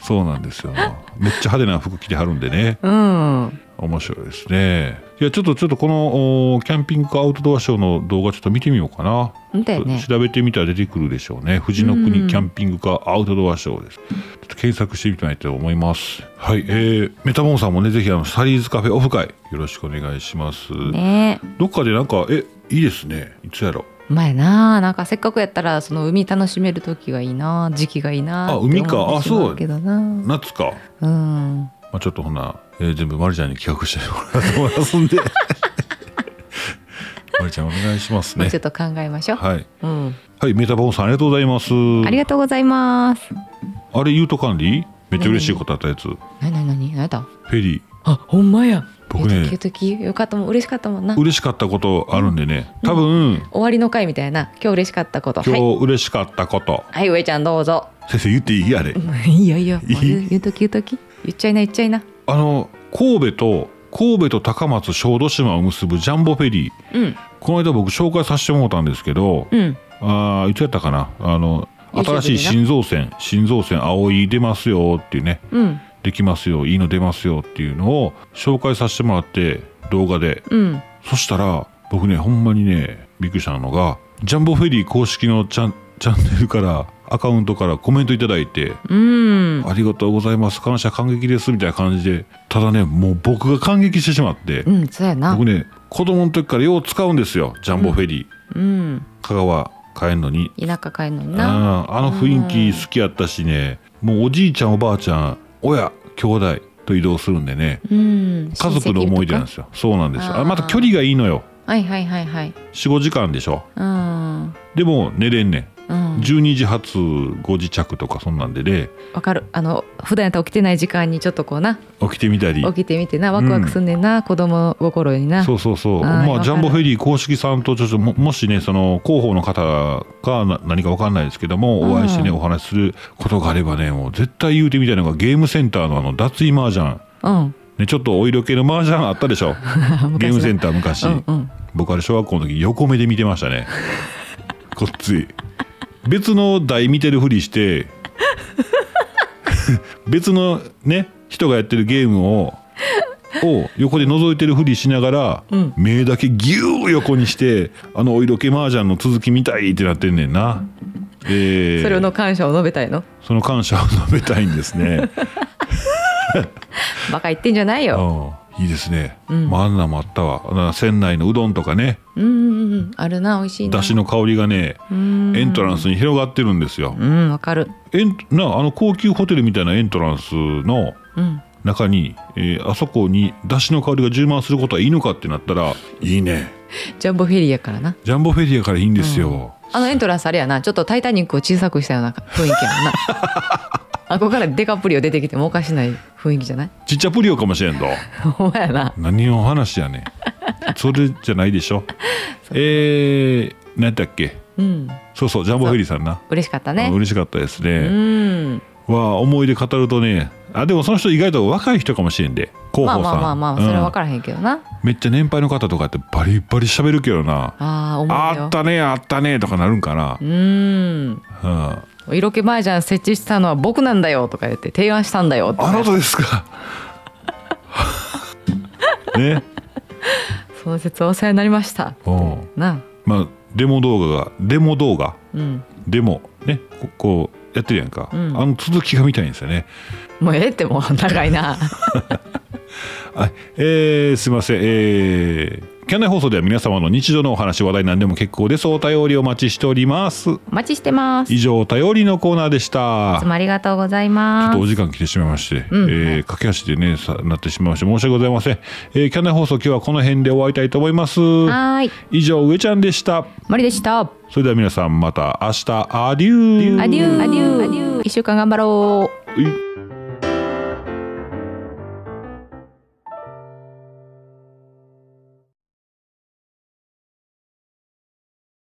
Speaker 1: そうなんですよめっちゃ派手な服着てはるんでね
Speaker 2: うん、
Speaker 1: 面白いですねいやちょっとちょっとこのおーキャンピングカーアウトドアショーの動画ちょっと見てみようかな、
Speaker 2: 見たよね
Speaker 1: 調べてみたら出てくるでしょうね富士の
Speaker 2: う
Speaker 1: 国
Speaker 2: ん
Speaker 1: キャンピングカーアウトドアショーです、ちょっと検索してみたいと思いますはいえー、メタモンさんもねぜひあのサリーズカフェオフ会よろしくお願いします、
Speaker 2: ねえ
Speaker 1: どっかでなんかえいいですねいつやろ
Speaker 2: まあやななんかせっかくやったらその海楽しめる時がいいな時期がいいな
Speaker 1: あ海か
Speaker 2: って思ってしま
Speaker 1: あそう
Speaker 2: けどな
Speaker 1: 夏か
Speaker 2: うん
Speaker 1: まあ、ちょっとほな、えー全部マリちゃんに企画してもらってます んでマリちゃんお願いします
Speaker 2: もう
Speaker 1: ね
Speaker 2: ちょっと考えましょう、
Speaker 1: はい、
Speaker 2: うん、
Speaker 1: はい、メタボンさんありがとうございます
Speaker 2: ありがとうございます
Speaker 1: あれ言うとかんでいいめっちゃ嬉しいことあったやつフ
Speaker 2: なになになに何やった
Speaker 1: ェリー
Speaker 2: あほんまや
Speaker 1: 僕ね
Speaker 2: 言うとき言うときよかったもん嬉しかったもんな終
Speaker 1: 嬉しかったことあるんでね多分
Speaker 2: わりの回みたいな今日嬉しかったこと
Speaker 1: 今
Speaker 2: はい
Speaker 1: 日嬉しかったこと、
Speaker 2: はい上ちゃんどうぞ
Speaker 1: 先生言っていいあれ
Speaker 2: いいよいいよ
Speaker 1: いい
Speaker 2: もう言う言うとき言うとき言っちゃいな言っちゃいな
Speaker 1: あの神戸と神戸と高松小豆島を結ぶジャンボフェリー
Speaker 2: うん
Speaker 1: この間僕紹介させてもらったんですけど、
Speaker 2: うん
Speaker 1: ああいつやったかなあの新しい
Speaker 2: YouTube でな
Speaker 1: 新造船新造船葵出ますよっていうね
Speaker 2: うん
Speaker 1: できますよいいの出ますよっていうのを紹介させてもらって動画で
Speaker 2: うん
Speaker 1: そしたら僕ねほんまにねびっくりしたのがジャンボフェリー公式のチャンチャンネルからアカウントからコメントいただいて
Speaker 2: うん
Speaker 1: ありがとうございます。感謝感激です。みたいな感じで。ただね、もう僕が感激してしまって
Speaker 2: う。んそうやな
Speaker 1: 僕ね、子供の時からよう使うんですよ。ジャンボフェリー。
Speaker 2: うん
Speaker 1: 香川帰るのに。
Speaker 2: 田舎帰るのにな
Speaker 1: ああの雰囲気好きやったしね。もうおじいちゃんおばあちゃん、親、兄弟と移動するんでね。
Speaker 2: うん
Speaker 1: 家族の思い出なんですすよ。そうなんですよ。
Speaker 2: あ
Speaker 1: あ
Speaker 2: ー
Speaker 1: また距離がいいのよ。
Speaker 2: はいはいはいはい
Speaker 1: 4、5時間でしょ。
Speaker 2: うん
Speaker 1: でも寝れんね。
Speaker 2: うんん
Speaker 1: 12時発5時着とかそんなんでね。
Speaker 2: わかるあの普段やったら起きてない時間にちょっとこうな
Speaker 1: 起きてみたり。
Speaker 2: 起きてみてなワクワクすんねんな、子供心にな
Speaker 1: そうそうそう。
Speaker 2: あーわ
Speaker 1: ま
Speaker 2: か
Speaker 1: あ、
Speaker 2: る
Speaker 1: ジャンボフェリー公式さんと、ちょっとも、もしね、その、広報の方がな何かわかんないですけども、お会いしてね、
Speaker 2: うん
Speaker 1: お話しすることがあればね、もう絶対言うてみたいのが、ゲームセンターのあの、脱衣麻雀。
Speaker 2: うん
Speaker 1: ね、ちょっとお色気の麻雀あったでしょ
Speaker 2: 昔
Speaker 1: ゲームセンター昔。
Speaker 2: うんうん
Speaker 1: 僕あれ小学校の時横目で見てましたね こっつい別の台見てるふりして 別のね人がやってるゲームをを横で覗いてるふりしながら、
Speaker 2: うん
Speaker 1: 目だけギュー横にしてあのお色気麻雀の続き見たいってなってんねんな、えー
Speaker 2: それの感謝を述べたいの
Speaker 1: その感謝を述べたいんです ね、
Speaker 2: バカ言ってんじゃないよ
Speaker 1: うん、いいですね、
Speaker 2: うん
Speaker 1: まああんなんもあったわあの船内のうどんとかね
Speaker 2: うんうんうんあるな美味しいな
Speaker 1: だしの香りがね
Speaker 2: うん
Speaker 1: エントランスに広がってるんですよ。
Speaker 2: うんわかる
Speaker 1: エンなあの高級ホテルみたいなエントランスの
Speaker 2: うん
Speaker 1: 中に、えーあそこに出汁の香りが充満することはいいのかってなったらいいね
Speaker 2: ジャンボフェリーやからな
Speaker 1: ジャンボフェリアからいいんですよ。
Speaker 2: あのエントランスあれやなちょっと「タイタニック」を小さくしたような雰囲気やんな あここからデカプリオ出てきてもおかしない雰囲気じゃない
Speaker 1: ちっちゃプリオかもしれんと
Speaker 2: ほんまやな
Speaker 1: 何の話 やねんそれじゃないでしょ。えー、何やったっけ
Speaker 2: うん
Speaker 1: そうそうジャンボフェリーさんな、
Speaker 2: 嬉しかった
Speaker 1: あ
Speaker 2: ね
Speaker 1: 嬉しかったです
Speaker 2: う
Speaker 1: ね。
Speaker 2: ん
Speaker 1: わあ思い出語るとねあでもその人意外と若い人かもしれんで広
Speaker 2: まあ
Speaker 1: 報さん。
Speaker 2: まあまあまあそれは
Speaker 1: うん
Speaker 2: 分からへんけどな、
Speaker 1: めっちゃ年配の方とかやってバリバリ喋るけどな
Speaker 2: ああ思うよ
Speaker 1: あったねあったねとかなるんかな
Speaker 2: う、ーん
Speaker 1: うん、
Speaker 2: お色気麻雀設置したのは僕なんだよとか言って提案したんだよと
Speaker 1: あ
Speaker 2: か
Speaker 1: なたですか ね
Speaker 2: その説はお世話になりました
Speaker 1: うん
Speaker 2: な
Speaker 1: まあデモ動画がデモ動画
Speaker 2: あうん
Speaker 1: デモねここうやってるやんか、
Speaker 2: うん
Speaker 1: あの続きが見たいんですよね
Speaker 2: もうええってもう長いな
Speaker 1: はい、えーすいません、えー、キャンナイ放送では皆様の日常のお話話題なんでも結構ですお便りお待ちしております
Speaker 2: お待ちしてますい
Speaker 1: 以上お便りのコーナーでした
Speaker 2: つもありがとうござい
Speaker 1: ちょっ
Speaker 2: ま
Speaker 1: と
Speaker 2: す
Speaker 1: お時間来てしまいまして、
Speaker 2: うん
Speaker 1: えー駆け足でねさなってしまいまして申し訳ございません、えー、キャンナイ放送今日はこの辺で終わりたいと思います
Speaker 2: はーい
Speaker 1: 以上上ちゃんでした
Speaker 2: 森でしたア
Speaker 1: それでは皆さんまた明日アデュー
Speaker 2: デューアデュー一週間頑張ろう
Speaker 1: はい